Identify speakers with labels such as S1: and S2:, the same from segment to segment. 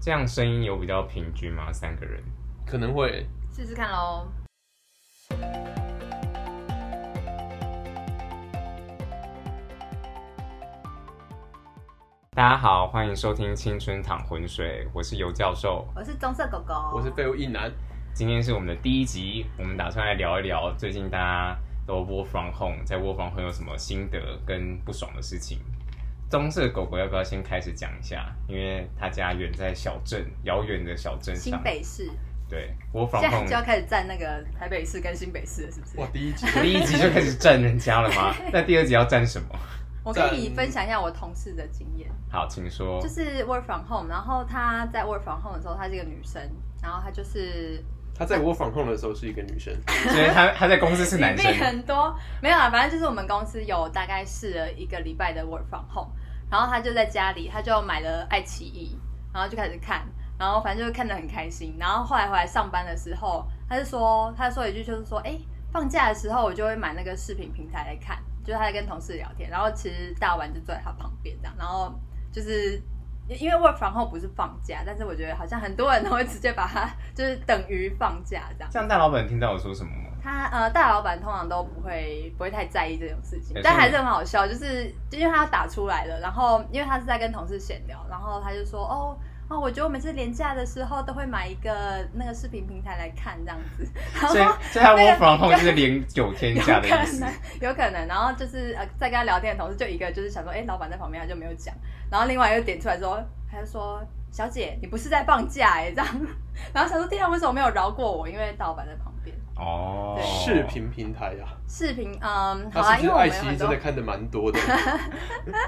S1: 这样声音有比较平均吗？三个人？
S2: 可能会
S3: 试试看喽。
S1: 大家好，欢迎收听《青春淌浑水》，我是尤教授。
S3: 我是棕色狗狗，
S2: 我是废物一男，
S1: 今天是我们的第一集，我们打算来聊一聊最近大家都 work from home，在 work from home 有什么心得跟不爽的事情。棕色狗狗要不要先开始讲一下？因为他家远在小镇，遥远的小镇
S3: 新
S1: 上。
S3: 北市，
S1: 对，work
S3: 现
S1: from
S3: 在就要
S1: home。
S3: 开始站那个台北市跟新北市了，是不
S2: 哇
S3: 是？，
S2: 第一集
S1: 第一集就开始占人家了 吗？那第二集要占什么？
S3: 我跟你分享一下我同事的经验，
S1: 好，请说
S3: 就。是 work from home，然后她在 work from home 的时候，她是一个女生，然后她就是
S2: 他在我访控的时候是一个女生，
S1: 所以他他在公司是男
S3: 里
S1: 生
S3: 面，很多没有啦，反正就是我们公司有大概试了一个礼拜的 work from home，然后他就在家里，他就买了爱奇艺，然后就开始看，然后反正就看得很开心。然后后来回来上班的时候，他就说，他说一句就是说，哎、放假的时候我就会买那个视频平台来看，就是他在跟同事聊天，然后其实大丸就坐在他旁边这样，然后就是。因为 work from home 不是放假，但是我觉得好像很多人都会直接把它就是等于放假这样。
S1: 这样大老板听到我说什么吗？
S3: 他呃，大老板通常都不会不会太在意这种事情
S1: 对，
S3: 但
S1: 是
S3: 还是很好笑，就是因为他打出来了，然后因为他是在跟同事闲聊，然后他就说哦。哦，我觉得我每次廉价的时候都会买一个那个视频平台来看这样子， 然 后
S1: 所以所以他
S3: 那个
S1: work from home 就是连九天
S3: 有
S1: 假
S3: 可
S1: 的意思
S3: 能。，有可能。然后就是呃，在跟他聊天的同事就一个就是想说，哎、老板在旁边，他就没有讲。然后另外又点出来说，他就说，小姐，你不是在放假哎、这样。 然后想说，天啊，为什么没有饶过我？因为大老板在旁边。
S1: 哦，
S2: 视频平台呀、
S3: 视频，嗯，好
S2: 他
S3: 啊，
S2: 是
S3: 因
S2: 不是
S3: 为我们
S2: 爱
S3: 有
S2: 奇
S3: 很
S2: 艺
S3: 多
S2: 真的看的蛮多的？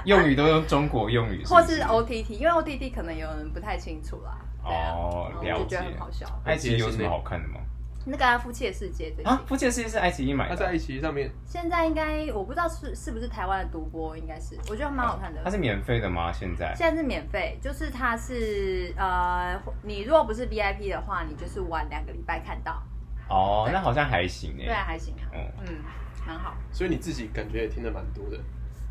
S1: 用语都用中国用语，
S3: 或
S1: 不
S3: 是 OTT，因为 OTT 可能有人不太清楚啦。对啊，
S1: 哦
S3: 然
S1: 了
S3: 后我就觉
S1: 解
S3: 得很好笑。
S1: 爱奇艺有什么好看的吗？
S3: 那个、啊《夫妻的世界》最近，
S1: 啊，夫妻的世界是爱奇艺买
S2: 他在
S1: 的，
S2: 爱奇艺上面，
S3: 现在应该我不知道是是不是台湾的独播，应该是，我觉得蛮好看的。
S1: 哦它是免费的吗？现在
S3: 现在是免费，就是它是呃，你如果不是 VIP 的话，你就是晚两个礼拜看到，
S1: 哦，
S3: 对
S1: 那好像还行
S3: 对啊，
S1: 哎。
S3: 还行啊，
S1: 哦
S3: 嗯，蛮好。
S2: 所以你自己感觉也听的蛮多的。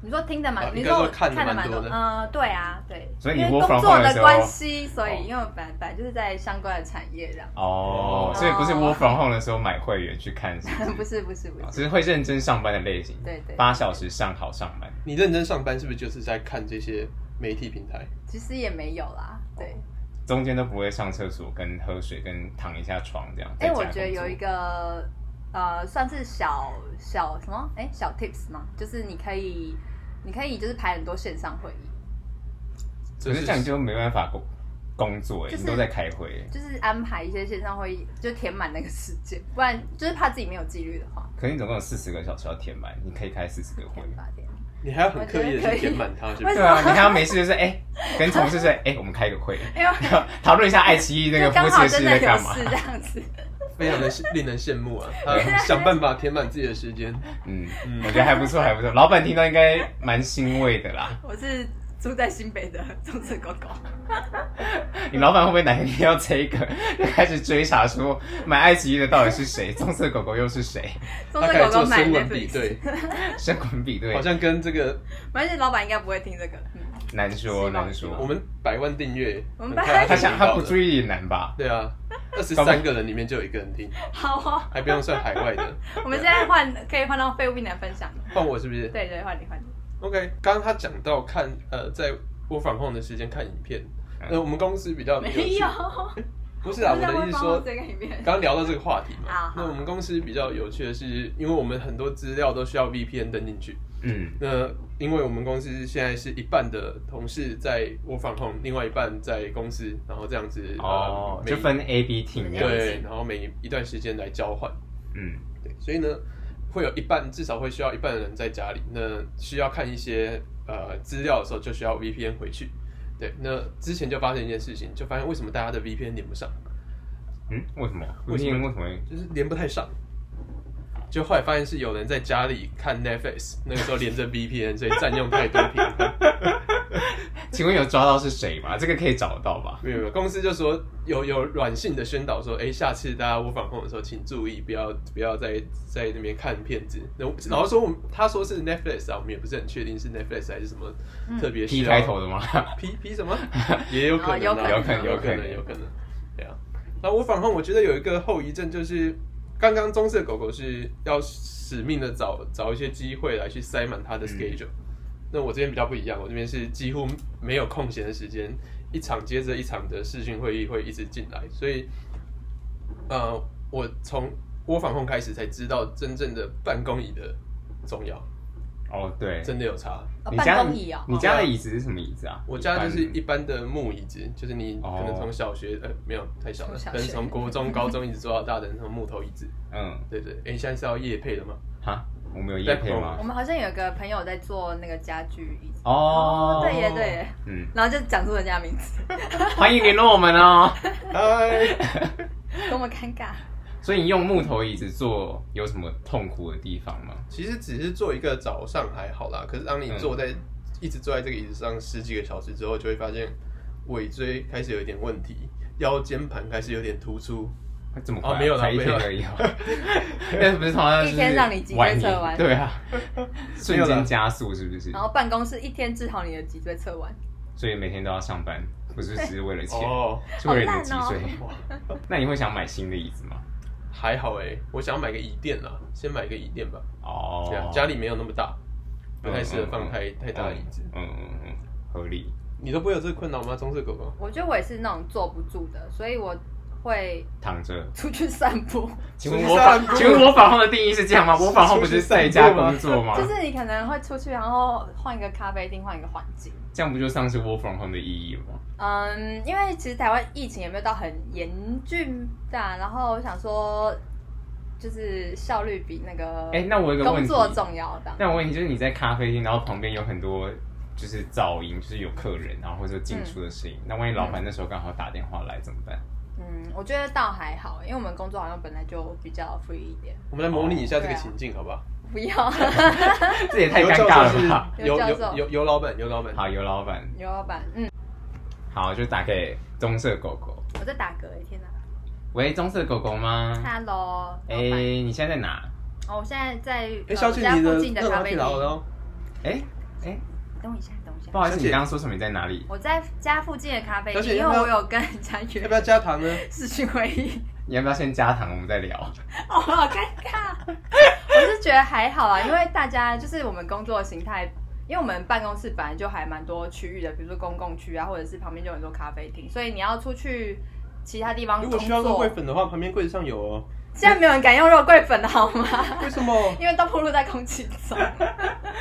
S3: 你说听的
S2: 啊
S1: 哦
S3: 蛮，你
S2: 应该说
S3: 我
S2: 看
S3: 看
S2: 得
S3: 的
S2: 蛮
S3: 蛮
S2: 多的
S3: 嗯，对啊，对，
S1: 所以你
S3: 因为
S1: work
S3: 工
S1: from
S3: 作
S1: home 的时
S3: 的
S1: 候
S3: 关系，所
S1: 哦
S3: 以因为我本本来就是在相关的产业这样，
S1: 哦
S2: 哦，
S1: 所以不是 work from home 的时候买会员去看，是不是
S3: 不是不是不
S1: 哦
S3: 是，
S1: 只是会认真上班的类型，
S3: 对对
S1: 八小时上好上班。
S2: 你认真上班是不是就是在看这些媒体平台？
S3: 其实也没有啦，
S1: 哦
S3: 对。
S1: 中间都不会上厕所、跟喝水、跟躺一下床这样。在
S3: 哎、
S1: 家
S3: 我觉得
S1: 工作
S3: 有一个呃，算是小小什么？哎、小 tips 嘛，就是你可以，你可以就是排很多线上会议，
S1: 可是这样就没办法工工作哎，
S3: 就是
S1: 你都在开会欸。
S3: 就是安排一些线上会议，就填满那个时间，不然就是怕自己没有纪律的话，
S1: 可是你总共有四十个小时要填满，你可以开四十个会
S3: 填。吧填。
S2: 你还要很刻意的去填满它，是不
S3: 为
S2: 是？
S1: 对
S3: 什么
S1: 啊，你还要没事就是哎、跟同事说哎、我们开个会，
S3: 因为
S1: 讨论一下爱奇艺那个
S3: 就刚
S1: 夫
S3: 好
S1: 妻是
S3: 真
S1: 在
S3: 的有
S1: 干嘛
S3: 事？这样子，
S2: 非常的令人羡慕啊！他想办法填满自己的时间。
S1: 嗯，我觉得还不错，还不错。老板听到应该蛮欣慰的 啦。
S3: 我是住在新北的棕色狗狗，
S1: 你老板会不会哪一天要这个， 就开始追查说买爱奇艺的到底是 谁，棕色狗狗又是谁？
S3: 棕
S2: 他
S3: 色
S2: 开
S3: 狗
S2: 始做
S3: 狗买
S2: 声纹比
S3: Netflix，
S2: 对，
S1: 深滚比对
S2: 好，像跟这个
S3: 而且老板应该不会听这个，嗯，
S1: 难说
S3: 希望
S1: 难
S2: 我
S1: 说。
S2: 们百万订阅，
S3: 我
S2: 很
S3: 们百
S2: 快
S3: 万
S1: 他想他不注
S2: 意，
S1: 意也难吧？
S2: 对啊，二十三个人里面就有一个人听，
S3: 好哦，
S2: 还不用算海外的。
S3: 我们现在换可以换到废物病来分享了，
S2: 换我是不是
S3: 对对，换你换你。
S2: ？OK，刚刚他讲到看呃，在我访控的时间看影片，
S1: 嗯
S2: 呃，我们公司比较
S3: 没
S2: 趣
S3: 有，
S2: 不是啊，我的意思是说，
S3: 这个里面，
S2: 刚聊到这个话题
S3: 好
S2: 嘛
S3: 好，
S2: 那我们公司比较有趣的是，因为我们很多资料都需要 VPN 登进去，
S1: 嗯，
S2: 那因为我们公司现在是一半的同事在我访控，另外一半在公司，然后这样子
S1: 哦
S2: 呃，每
S1: 就分 A B team 这样子。
S2: 对，然后每一段时间来交换，
S1: 嗯，
S2: 对，所以呢，会有一半至少会需要一半的人在家里，那需要看一些呃资料的时候就需要 VPN 回去，对，那之前就发现一件事情，就发现为什么大家的 VPN 连不上，
S1: 嗯，为什么？
S2: 为
S1: 为
S2: 什
S1: 什
S2: 么
S1: 么？为什么会？
S2: 就是连不太上。就后来发现是有人在家里看 Netflix，那个时候连着 VPN，所以占用太多频道。
S1: 请问有抓到是谁吗？这个可以找得到吧？
S2: 没有没有，公司就说有有软性的宣导说，哎，下次大家我访控的时候，请注意，不要不要再在那边看片子。然后然后说我们他说是 Netflix 啊，我们也不是很确定是 Netflix 还是什么特别需
S1: P
S2: 要
S1: 开头的吗？
S2: P P 什么， 也有可能、啊，
S3: 哦有可能
S2: 有
S1: 有
S2: 可
S1: 可
S2: 能，
S1: 能
S2: 有可能，对啊。那我反控，我觉得有一个后遗症就是，刚刚棕色狗狗是要使命的找找一些机会来去塞满它的 schedule。那我这边比较不一样，我这边是几乎没有空闲的时间，一场接着一场的视讯会议会一直进来，所以，呃，我从我反控开始才知道真正的办公椅的重要，
S1: 哦，对，
S2: 真的有差。
S3: 哦
S1: 你家
S3: 办公椅哦，
S1: 你家的椅子是什么椅子啊？
S2: 哦我家就是一
S1: 一哦
S2: 般的木椅子，就是你可能从小学、呃没有太小了，
S3: 从小
S2: 可能
S3: 学
S2: 从国中、高中一直做到大的那种木头椅子。
S1: 般嗯，
S2: 对对，哎、你现在是要夜配的吗？
S1: 哈，我们有夜配吗
S3: 我？们好像有个朋友在做那个家具椅子，
S1: 哦，
S3: 对耶对耶，
S1: 嗯，
S3: 然后就讲出人家的名字，
S1: 欢迎联络我们哦。
S2: 嗨，
S3: 多么尴尬。
S1: 所以你用木头椅子坐有什么痛苦的地方吗？
S2: 其实只是做一个早上还好啦，可是当你坐在、
S1: 嗯
S2: 一直坐在这个椅子上十几个小时之后，就会发现尾椎开始有一点问题，腰间盘开始有点突出。
S1: 这么快啊、
S2: 哦没有啦
S1: 才一
S2: 没
S1: 天
S2: 有啦
S1: 而已、啊。哦 那不是通常就是
S3: 一天让你脊椎侧弯
S1: 晚一对啊，瞬间加速是不是
S3: 然？后办公室一天治好你的脊椎侧弯，
S1: 所以每天都要上班，不是只是为了钱，
S2: 哦，
S1: 是为了你的脊
S3: 好
S1: 椎
S3: 烂。
S1: 那你会想买新的椅子吗？
S2: 还好哎、我想买个椅垫啦，先买个椅垫吧。对啊
S1: 哦，，
S2: 家里没有那么大，不太适合放太、
S1: 嗯
S2: 太大的椅子。
S1: 嗯嗯嗯，合理。
S2: 你都不会有这个困扰吗？棕色狗狗？
S3: 我觉得我也是那种坐不住的，所以我会
S1: 躺着，
S3: 出去散步，
S1: 请问
S2: 出去
S1: 我
S2: 散
S1: 法，
S2: 步
S1: 请问我法后的定义是这样 吗？我法后不
S2: 出去
S1: 是
S2: 散步
S1: 在家
S2: 吗
S1: 工作吗？
S3: 就是你可能会出去，然后换一个咖啡厅，换一个环境。
S1: 这样不就丧失 work from home 的意义了 吗？
S3: 嗯，因为其实台湾疫情也没有到很严峻大，然后我想说，就是效率比那个
S1: 哎、那我有一个问
S3: 工
S1: 题，
S3: 作重要的。
S1: 那我问题就是你在咖啡厅，然后旁边有很多就是噪音，就是有客人，然后或者进出的声音。那万一老板那时候刚好打电话来怎么办？
S3: 嗯，我觉得倒还好，因为我们工作好像本来就比较 free 一点。
S2: 我们来模拟一下这
S3: 哦啊
S2: 个情境，好不好？
S3: 不要，
S1: 这也太尴尬了吧！
S2: 尤教
S3: 尤
S2: 授是
S3: 教授
S2: 尤尤尤老板，尤老板，
S1: 好，有老板，
S3: 刘老板，嗯，
S1: 好，就打给棕色狗狗。
S3: 我在打嗝，天哪啊
S1: 喂，棕色狗狗吗？
S2: 嗯
S3: ！Hello，
S1: 哎、
S3: 老板，
S1: 你现在在哪？
S3: 哦，我现在在
S2: 哎，
S3: 呃
S2: 小
S3: 我
S2: 姐，
S3: 家
S2: 你
S3: 附
S2: 的
S3: 近的
S2: 热
S3: 咖
S2: 玛
S3: 啡
S2: 去
S3: 厅
S2: 拿。了哦。
S1: 哎、哎、
S3: 等我一下，等我一下
S1: 不。好意思，
S2: 小姐
S1: 你刚刚说什么？你在哪里？
S3: 我在家附近的咖啡
S2: 小姐
S3: 厅，因为
S2: 要不要
S3: 我有跟人家
S2: 要
S3: 约
S2: 不要加糖呢？
S3: 视讯会议。
S1: 你要不要先加糖，我们再聊？
S3: 哦，好尴尬。我是觉得还好啊，因为大家就是我们工作的形态，因为我们办公室本来就还蛮多区域的，比如说公共区啊，或者是旁边就有很多咖啡厅，所以你要出去其他地方
S2: 如果
S3: 工
S2: 需要肉
S3: 作
S2: 桂，粉的话，旁边柜子上有哦。
S3: 现在没有人敢用肉桂粉的好吗？
S2: 为什 么？
S3: 因为都暴露在空气 中。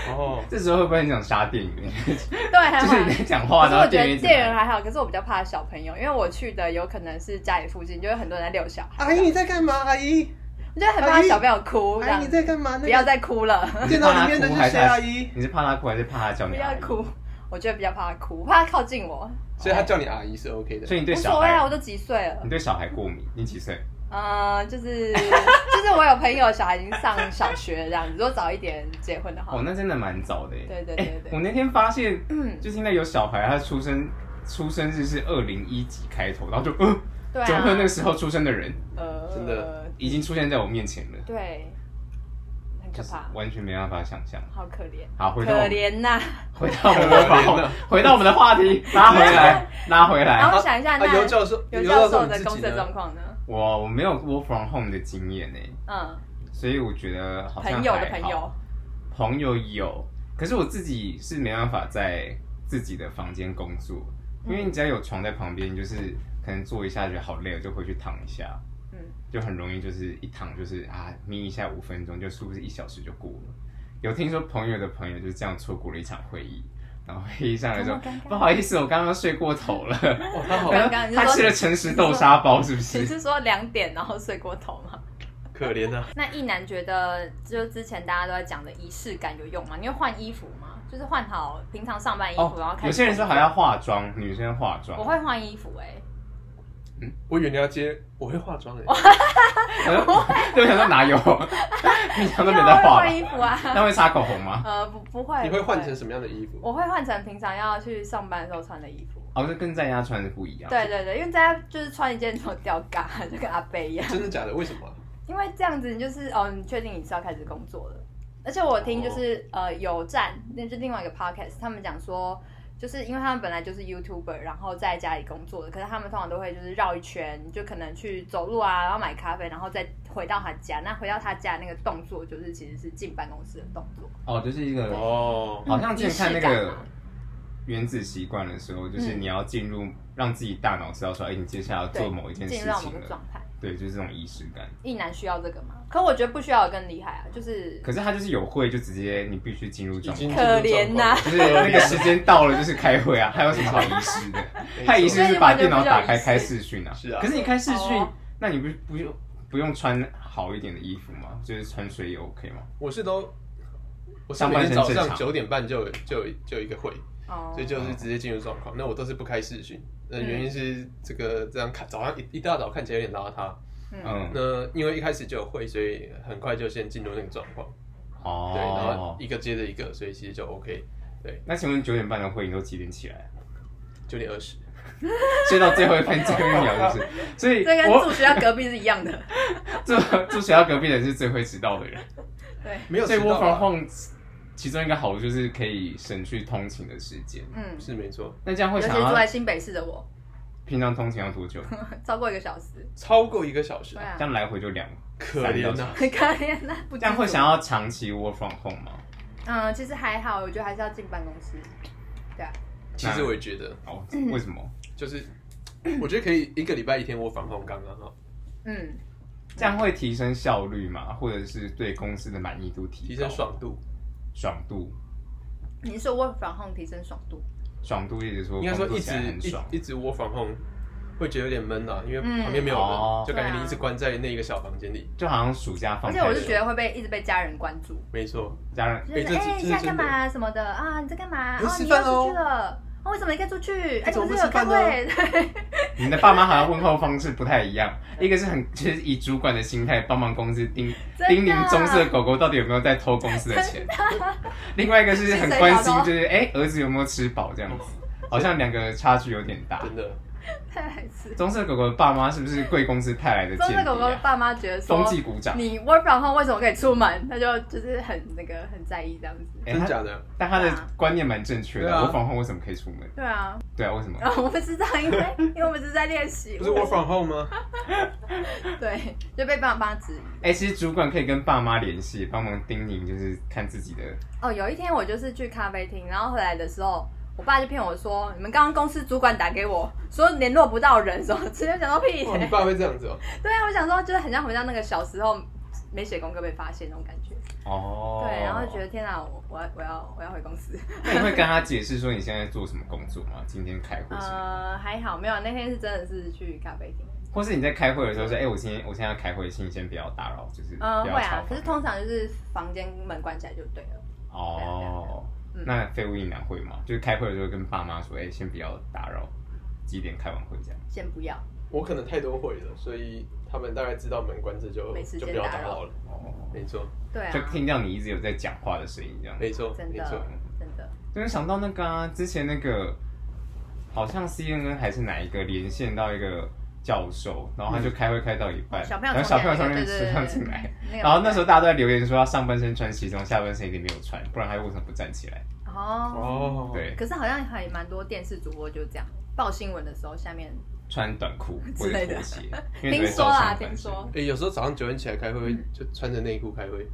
S2: 哦，
S1: 这时候会不会很想杀店员？
S3: 对，还
S1: 就
S3: 好
S1: 是。你在讲话，
S3: 可是
S1: 然
S3: 我
S1: 后
S3: 觉
S1: 店员
S3: 得
S1: 一直
S3: 店员还好，可是我比较怕小朋友，因为我去的有可能是家里附近，就会很多人在遛小孩，
S2: 阿姨你在干嘛？阿姨，
S3: 我就很怕小朋友哭，这
S2: 阿
S3: 样
S2: 姨你在干嘛？那个
S3: 不要再哭了。
S1: 你
S2: 电
S1: 是
S2: 脑
S1: 怕
S2: 里
S1: 他
S2: 面的
S1: 哭
S2: 是
S1: 还是
S2: 谁？
S1: 他
S2: 阿姨，
S1: 你是怕他哭还是怕他叫
S3: 不
S1: 你？
S3: 要。哭，我觉得比较怕他哭，怕他靠近我，
S2: 所以他叫你阿姨是 OK
S1: 所
S2: 的。
S1: 以你
S3: 无
S1: 对小
S3: 所谓啊，
S1: 孩
S3: 我都几岁了
S1: 你，对小孩过敏，你几岁？
S3: 呃，就是 就是我有朋友小孩已经上小学了这样子，如果早一点结婚的话
S1: 哦，，那真的蛮早的耶。
S3: 对对对
S1: 欸
S3: 对
S1: 我那天发现，
S3: 嗯，
S1: 就是那有小孩，他出生出生日是二零一几开头，然后就嗯，
S3: 对
S1: 怎么
S3: 啊
S1: 会有，那个时候出生的人
S3: 呃，
S2: 真的，
S1: 已经出现在我面前了？
S3: 对，很可怕，
S1: 完全没办法想象。
S3: 好可怜，
S1: 好，回
S3: 可
S1: 到我们
S3: 怜呐。
S1: 回到我们的
S2: 可怜
S1: 话
S2: 啊，
S1: 回到我们的话题，拉回来，拉回
S3: 然
S1: 来。
S3: 后想一下，
S2: 啊，
S3: 那
S2: 尤教授，
S3: 尤
S2: 尤
S3: 教授
S2: 授
S3: 的
S2: 你自
S3: 工
S2: 己
S3: 作状
S2: 呢？
S3: 况呢？
S1: 我我没有 work from home 的经验呢，
S3: 嗯，
S1: 所以我觉得好像
S3: 朋友的
S1: 还
S3: 朋
S1: 好
S3: 友，
S1: 朋友有，可是我自己是没办法在自己的房间工作，
S3: 嗯
S1: 因为你只要有床在旁边，就是可能坐一下觉得好累了，就回去躺一下，
S3: 嗯
S1: 就很容易就是一躺就是啊眯一下五分钟，就是不是一小时就过了。有听说朋友的朋友就是这样错过了一场会议，然后会议上来
S3: 这
S1: 说
S3: 么尴尬
S1: 不好意思，我刚刚睡过头 了，
S2: 哦，他好
S3: 尴尬你是
S1: 他
S3: 说
S1: 吃了诚实豆沙包是不
S3: 你
S1: 是？
S3: 是说两点然后睡过头吗？
S2: 可怜啊。
S3: 那一男觉得，就之前大家都在讲的仪式感有用吗？你会换衣服吗？就是换好平
S1: 哦
S3: 常上班衣服，然后开始
S1: 有些人说还要化妆，女生化妆
S3: 我，会换衣服哎、
S2: 我以为你要接，我会化妆哎、
S1: 我说 就想说哪有？平常都没在
S3: 我
S1: 画
S3: 会换衣
S1: 吧？
S3: 服啊，
S1: 那会擦口红吗？
S3: 呃，不不会，
S2: 你会换
S3: 不
S2: 成什么样的衣服？
S3: 我会换成平常要去上班的时候穿的衣服。
S1: 哦，这跟在家穿的不一样。
S3: 对对对，因为大家就是穿一件这种吊嘎， 就跟阿贝一样。
S2: 真的假的？为什么啊？
S3: 因为这样子，你就是哦，你确定你是要开始工作了。而且我听就是、
S1: 哦
S3: 呃，有站那就另外一个 podcast，他们讲说，就是因为他们本来就是 YouTuber，然后在家里工作的，可是他们通常都会就是绕一圈，就可能去走路啊，然后买咖啡，然后再回到他家。那回到他家那个动作，就是其实是进办公室的动作。
S1: 哦，就是一个
S2: 哦，
S1: 好像之前看那
S3: 仪式
S1: 个
S3: 感啊
S1: 原子习惯的时候，就是
S3: 嗯
S1: 你要进入让自己大脑知道说，哎、你接下来要
S3: 对
S1: 做某一件事情
S3: 进入到某个
S1: 了
S3: 状。态。
S1: 对，就是这种仪式感。
S3: 一男需要这个吗？可我觉得不需要有更厉害啊，就是
S1: 可是他就是有会就直接你必须进入
S2: 已
S1: 状
S2: 经
S1: 态，
S3: 可怜啊呐
S1: 就是那个时间到了就是开会啊，还有什么好仪式的？他仪式是把电脑打开开视讯啊。
S2: 是啊
S1: 可是你开视讯，
S3: 哦
S1: 那你不不用不用穿好一点的衣服吗？就是穿睡衣 OK 吗？
S2: 我是都，我是
S1: 上
S2: 每
S1: 半
S2: 天
S1: 身
S2: 早
S1: 正
S2: 上
S1: 常
S2: 九点半就有就有就有一个会，
S3: 哦
S2: 所以就是直接进入状况。那我都是不开视讯，那原因是这个这样看早上一一大早看起来有点邋遢。
S1: 嗯，
S2: 那因为一开始就有会，所以很快就先进入那个状况，对，然后
S1: 哦。
S2: 一个接着一个，所以其实就 OK。
S1: 那请问九点半的会你都几点起 来？啊
S2: 九点二十，
S1: 睡到最后一分最后一秒就是，所以
S3: 这跟
S1: 我
S3: 住学校隔壁是一样的。
S1: 住住学校隔壁的人是最会迟到的人，
S3: 对，
S2: 没有
S1: 所以
S2: 迟
S1: work
S2: 到
S1: from
S2: 啊，
S1: home 其中一个好处就是可以省去通勤的时间。
S3: 嗯，
S2: 是没错，
S1: 那这样
S3: 尤
S1: 会
S3: 其
S1: 想
S3: 是住
S1: 要
S3: 在新北市的我，
S1: 平常通勤要多久？
S3: 超过一个小时。
S2: 超过一个小时
S3: 对，啊
S1: 这，样来回就两，
S2: 可怜啊呐、
S3: 很可怜 那不知
S1: 这样会想要长期 work from home 吗？
S3: 嗯，其实还好，我觉得还是要进办公室。
S2: 其实我也觉得，
S1: 哦，为什么？
S2: 就是 我觉得可以一个礼拜一天我反控刚刚好，
S3: 嗯，
S1: 这样会提升效率嘛，或者是对公司的满意度提高
S2: 提升爽度，
S1: 爽度，
S3: 你是说 work from home 提升爽度？
S1: 爽度一直说
S2: 应该说
S1: 工作
S2: 一
S1: 起
S2: 直
S1: 来很爽。
S2: 一一直我反控会觉得有点闷啊，因为
S3: 嗯
S2: 旁边没有人，
S1: 哦
S2: 就感
S3: 对
S2: 觉
S3: 啊
S2: 你一直关在那个小房间里，
S1: 就好像暑假放
S3: 而且
S1: 开
S3: 我
S1: 的
S3: 是
S1: 时
S3: 觉得会被一直被家人关注，
S2: 没错，
S1: 候，家人
S3: 就是
S2: 哎这
S3: 哎、
S2: 这
S3: 你现在干嘛什么的啊？你在干嘛？
S2: 不
S3: 哦
S2: 是，
S3: 你
S2: 吃饭
S3: 又出
S2: 哦
S3: 去了。哦，为什么你可以出去？哎、
S2: 为什
S3: 你
S2: 么
S3: 不
S2: 不
S3: 是有
S2: 吃
S3: 开
S2: 饭
S1: 哦
S2: 呢
S3: 会？ 对
S1: 你的爸妈好像问候方式不太一样，一个是很 就是以主管的心态帮忙公司盯
S3: 真的
S1: 叮咛棕 色狗狗到底有没有在偷公司的钱， 另外一个是很关心就是哎、诶儿子有没有吃饱这样子，好像两个差距有点大。
S2: 真的，
S3: 太吃。
S1: 棕色狗狗的爸妈是不是贵公司派来的
S3: 中
S1: 间
S3: 那
S1: 谍、
S3: 狗狗
S1: 啊？
S3: 爸妈觉得说
S1: 冬，季鼓掌，
S3: 你 work from home 为什么可以出门？他就就是很那个很在意这样子。
S1: 哎
S2: 真
S1: 他
S2: 假的，
S1: 但他的观念蛮正确的。
S2: 对啊
S1: 我访问为什么可以出门？
S3: 对啊，
S1: 对啊，为什么？
S3: 然后我们是这样，因为因为我们是在练习，
S2: 不是 work from home 吗？
S3: 对，就被爸妈质疑。
S1: 哎、其实主管可以跟爸妈联系，帮忙叮咛，就是看自己的。
S3: 哦，有一天我就是去咖啡厅，然后回来的时候，我爸就骗我说，你们刚刚公司主管打给我说联络不到人，什么，直接想到屁、
S2: 哇，你
S3: 耶
S2: 爸会这样子哦、
S3: 对啊，我想说就是很像回到那个小时候没写功课被发现那种感觉。
S1: 哦，
S3: 对，然后觉得天啊，我我要我要我要回公司。
S1: 那你会跟他解释说你现在做什么工作吗？今天开会什么？
S3: 呃，还好没有，那天是真的是去咖啡厅。
S1: 或是你在开会的时候说，哎、我今天我现在要开会，请你先不要打扰，就是不
S3: 呃，会
S1: 要
S3: 啊
S1: 吵，。
S3: 可是通常就是房间门关起来就对了。
S1: 哦，
S3: 对啊对啊嗯
S1: 那废物一男会吗？就是开会的时候跟爸妈说，哎、先不要打扰，几点开完会这样？
S3: 先不要，
S2: 我可能太多会了，所以他们大概知道门关着就
S3: 没时间
S2: 就不要
S3: 打
S2: 打
S3: 扰
S2: 扰了。
S1: 哦，
S2: 没错，
S3: 对啊，
S1: 就听到你一直有在讲话的声音这样。
S2: 没错，
S3: 真
S2: 没
S3: 的
S2: 错。
S3: 真的，
S1: 就是想到那个啊，之前那个好像 CNN 还是哪一个连线到一个教授，然后他就开会开到一半，
S3: 嗯哦小朋友
S1: 然后小朋友
S3: 从
S1: 从
S3: 那个
S1: 那
S3: 对对
S1: 车
S3: 对
S1: 上
S3: 对
S1: 进来，
S3: 那个
S1: 然后那时候大家都在留言说他上半身穿西装，下半身一定没有穿，不然他为什么不站起来？
S3: 哦，
S2: 哦，
S1: 对，
S3: 可是好像还蛮多电视主播就这样报新闻的时候，下面
S1: 穿短 裤或
S3: 之
S1: 者
S3: 类的
S1: 拖鞋，因为只
S3: 听
S1: 会
S3: 说
S1: 照上
S3: 啦，
S1: 半身
S3: 听说，
S2: 诶，有时候早上九点起来开会，
S3: 嗯
S2: 就穿着内裤开会，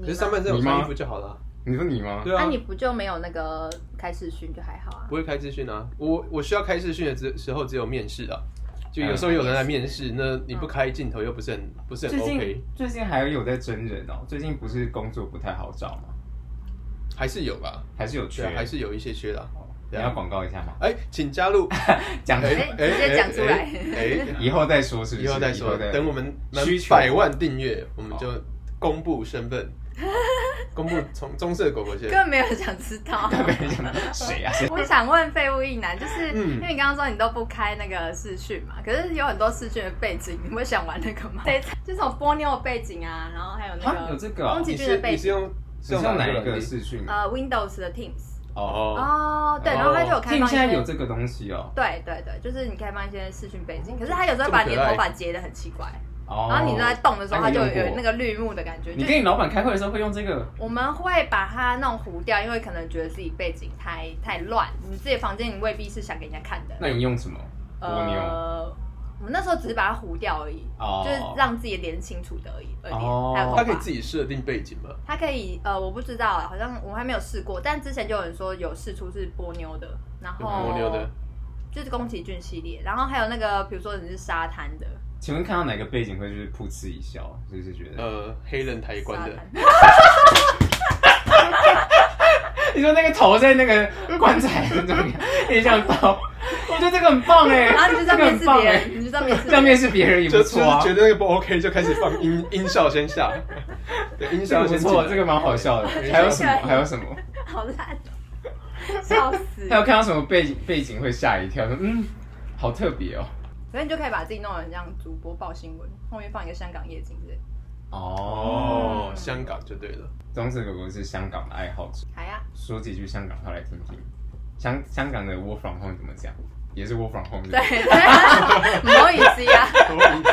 S2: 可是上半身
S1: 你
S2: 有
S1: 吗
S2: 穿衣服就好了。
S1: 你说你吗？
S2: 对
S3: 那、
S2: 啊，
S3: 啊你不就没有那个开视讯就还好啊？
S2: 不会开资讯啊。我我需要开资讯的时时候只有面试啊，就有时候有人来面试，
S3: 嗯
S2: 那你不开镜头又不是很不是很
S1: 最近、
S2: OK，
S1: 最近还有在真人哦，最近不是工作不太好找吗？
S2: 还是有吧？
S1: 还是有缺
S2: 对啊，，还是有一些缺的啊。
S1: 哦你
S2: 对啊
S1: 要广告一下吗？
S2: 哎，请加 入，
S1: 讲
S2: 哎
S3: 哎直接讲出来
S2: 哎，哎
S1: 以后再说，是不是？
S2: 以后再 说，等我们满
S1: 需求哦
S2: 百万订阅，我们就公布身份。公布从棕色狗狗先
S3: 根。本没有想知 道。
S1: 特别想谁啊？ 谁
S3: 我想问废物一男，就是
S2: 嗯
S3: 因为你刚刚说你都不开那个视讯嘛，可是有很多视讯的背景，你会想玩那个吗？对， 就是有波妞的背景啊，然后还有那
S1: 啊，有
S3: 个
S1: 这个哦
S3: 攻，击
S2: 你
S3: 剧的
S2: 是
S3: 背
S2: 你是
S3: 景，
S2: 用
S1: 你是用哪一
S2: 软
S1: 个
S2: 件
S1: 视讯？啊
S3: 呃，Windows 的 Teams。
S2: 哦，
S3: 哦，对，然后他就有开
S1: Team
S3: 放一
S1: 现在有
S3: 些。
S1: 这个东西哦。
S3: 对对对，就是你开放一些视讯背景，可是他有时候把你
S2: 这么
S3: 的
S2: 可爱
S3: 头发截的很奇怪，
S1: 哦，
S3: 然后你在动的时候，
S1: 那
S3: 它
S1: 你
S3: 就
S1: 用过
S3: 有那个绿幕的感觉。
S1: 你
S3: 就
S1: 跟你老板开会的时候会用这个？
S3: 我们会把它弄糊掉，因为可能觉得自己背景太太乱，你自己的房间你未必是想给人家看的。
S1: 那你用什么？蜗牛
S3: 呃，我们那时候只是把它糊掉而已，
S1: 哦，
S3: 就是让自己的脸清楚的而已，而已。
S1: 哦
S3: 还有头
S2: 它
S3: 发
S2: 可以自己设定背景吗？
S3: 它可以呃，我不知道，好像我还没有试过，但之前就有人说有试出是波妞的，然
S2: 有
S3: 后
S2: 蜗牛的，
S3: 就是宫崎骏系列，然后还有那个比如说你是沙滩的，
S1: 请问看到哪个背景会就是噗嗤一笑，就是觉得？
S2: 呃，黑人抬棺
S3: 沙
S2: 的，
S3: 滩，
S1: 你说那个头在那个棺材那种面向到，我觉得这个很棒哎，
S3: 然后你就在
S1: 这个
S3: 面
S1: 很
S3: 试
S1: 棒
S3: 别
S1: 哎，
S3: 人，你就在面试
S1: 这样面试别人也
S2: 就
S1: 不
S2: 就是
S1: 错啊
S2: 觉，得那个不 OK 就开始放音音效 先下，对，音
S1: 这
S2: 效
S1: 个不
S2: 先进
S1: 错，
S2: 来。
S1: 这个蛮好笑的。
S2: 对
S1: 还有什
S3: 这
S1: 么？
S3: 个
S1: 还有什么？
S3: 好烂哦，笑死
S1: 还。有看到什么背景背景会吓一跳？说嗯，好特别哦。
S3: 所以你就可以把自己弄得很像主播报新闻，后面放一个香港夜景之类的。
S1: 哦，
S2: 哦，香港就对 了。
S1: 棕色狗狗是香港的爱好者，
S3: 还呀、
S1: 说几句香港话来听听。香香港的 work from home 怎么讲？也是 work from home
S3: 对， 不好意思呀、
S2: 多理解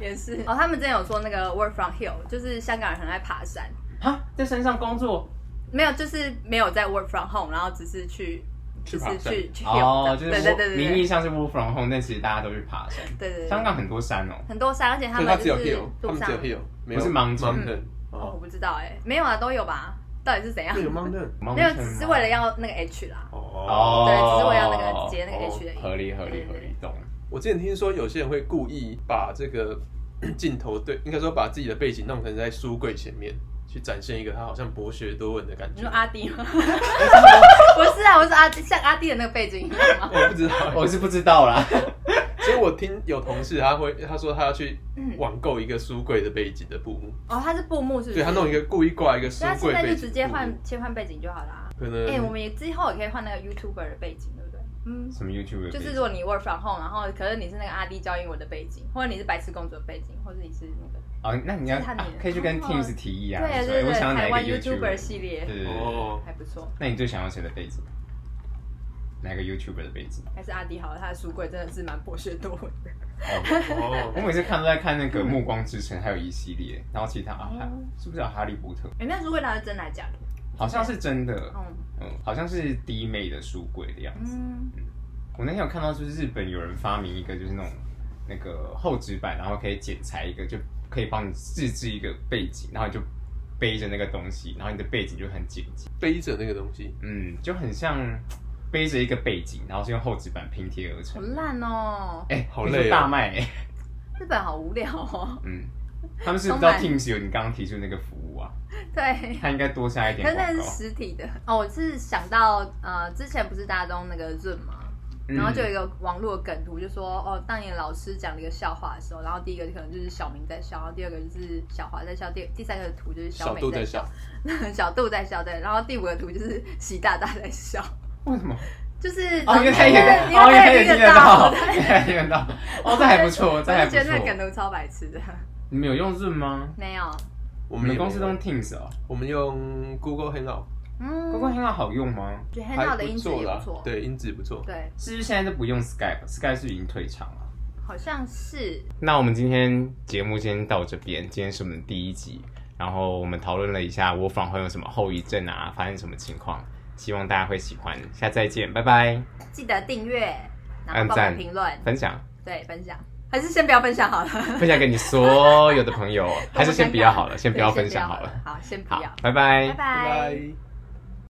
S3: 也是。哦，他们之前有说那个 work from hill，就是香港人很爱爬山，
S1: 啊，在山上工作
S3: 没有，就是没有在 work from home，然后只是去，
S2: 去
S3: 只
S2: 爬
S3: 是
S2: 山
S3: 去去 hill，、
S1: 哦，就是
S3: 对对对
S1: work-
S3: 对
S1: 名义
S3: 对
S1: 上是 work from home，但其实大家都去爬山。
S3: 对对，
S1: 香港很多山哦，
S3: 很多山，而且他
S2: 所以它
S3: 们
S2: 只有
S3: 就是
S2: hill，他
S3: 路
S2: 们只
S3: 上
S2: 有 hill，没有
S1: 不是 mountain
S2: mountain
S3: 哦，我
S2: 哦，
S3: 不知道哎、没有啊，都有吧？到底是怎样
S2: 对，？有 mountain
S3: 没有，只是为了要那个 H 啦，
S2: 哦。
S3: 对，只是为了要那个截那个 H 的音。
S1: 合理合理合理懂。
S2: 我之前听说有些人会故意把这个嗯镜头对，应该说把自己的背景弄成在书柜前面，去展现一个他好像博学多闻的感
S3: 你
S2: 觉
S3: 说。啊阿弟吗？ 不是啊，我是阿像阿弟的那个背景一样吗？
S2: 我不知道，
S1: 我是不知道 啦，
S2: 所以我听有同事他会他说他要去
S3: 嗯
S2: 网购一个书柜的背景的布幕，
S3: 哦，他是布幕是不是？
S2: 对他弄一个嗯故意挂一个书
S3: 所以他现
S2: 柜
S3: 在
S2: 背
S3: 就
S2: 景，
S3: 直接换，切换背景就好啦。
S2: 可
S3: 哎、我
S2: 能
S3: 们也之后也可以换那个 YouTuber 的背景，对不对？嗯，
S1: 什么 YouTube
S3: 就是如果你 work from home，然后可是你是那个阿弟教英文的背景，或者你是白痴公主的背景，或者你是那个
S1: 哦，那你要
S3: 是他的
S1: 啊可以去跟
S3: 哦
S1: Teams 提议啊，
S3: 对
S1: 所以
S3: 对
S1: 我
S3: 对，
S1: 想要哪
S3: 台
S1: 一个
S3: 湾
S1: YouTuber
S3: YouTuber 系列
S1: 对对对对，
S2: 哦，
S3: 还不错，
S1: 那你最想要谁的背景？哪个 YouTuber 的背景？
S3: 还是阿弟好了，他的书柜真的是蛮博学多闻的。
S1: 哦我
S2: 哦，
S1: 每次看都在看那个《暮光之城》，还有一系列，然后其他啊，
S3: 嗯哦
S1: 还是不是叫《哈利波特》？
S3: 哎、那书柜到底是真来假的？
S1: 好像是真的，
S3: 嗯
S1: 嗯，好像是弟妹的书柜的样子。
S3: 嗯，
S1: 我那天有看到，就是日本有人发明一个，就是那种那个厚纸板，然后可以剪裁一个，就可以帮你自制一个背景，然后你就背着那个东西，然后你的背景就很紧急，
S2: 背着那个东西，
S1: 嗯，就很像背着一个背景，然后是用厚纸板拼贴而
S3: 好
S1: 成。
S3: 烂哦、
S1: 哎、
S2: 好
S1: 你
S2: 累哦
S1: 说大卖、哎
S3: 日本好无聊哦、
S1: 嗯，他们是不知道
S3: 动
S1: Teams 有你刚刚提出那个服务啊，
S3: 对。
S1: 他应该多下一点
S3: 可是
S1: 广
S3: 那是
S1: 告。
S3: 实体的哦，我是想到呃，之前不是大家都用那个 Zoom 吗？
S1: 嗯
S3: 然后就有一个网络的梗图，就说哦，当年老师讲了一个笑话的时候，然后第一个可能就是小明在笑，然后第二个就是小华在笑，第第三个图就是
S2: 小
S3: 美
S2: 度
S3: 在
S2: 在笑，
S3: 小度在笑，对，然后第五个图就是习大大在笑，
S1: 嗯 为什么？
S3: 就是
S1: 哦，因为他也
S3: 对
S1: 哦，因为他也
S3: 因
S1: 听
S3: 为
S1: 得
S3: 他
S1: 到，
S3: 也
S1: 因为他也听得到。哦，这还不错，这
S3: 对，我
S1: 还
S3: 就
S1: 不
S3: 觉得那个梗
S1: 错。
S3: 图超白痴的，
S1: 你们有用 Zoom 吗？
S3: 没有，
S2: 我
S1: 我们
S2: 也没
S1: 公司都
S2: 有
S1: 用 Teams 哦。
S2: 我们用 Google Hangout，
S3: 嗯，
S1: 不过 Hangout 好用吗？
S3: 觉得 h
S2: 还
S3: a 的音质也
S2: 错
S3: 不
S2: 啦
S3: 错，，
S2: 对，音质不错。
S3: 对，
S1: 是不是现在都不用 Skype？Skype 是已经退场了。
S3: 好像是
S1: 那我们今天节目先到这边，今天是我们第一集，然后我们讨论了一下我访会有什么后遗症啊，发生什么情况，希望大家会喜欢。下次再见，拜拜，
S3: 记得订阅，然
S1: 按
S3: 后帮
S1: 赞
S3: 我评论，
S1: 分享。
S3: 对，分享，还是先不要分享好了，
S1: 分享给你所有的朋友，还是
S3: 我
S1: 先
S3: 尴
S1: 不
S3: 尬
S1: 要好了，先不要
S3: 对
S1: 分享好了。，
S3: 好，先不
S1: 好
S3: 要，，
S1: 拜拜
S2: 拜
S3: 拜拜。
S2: 拜。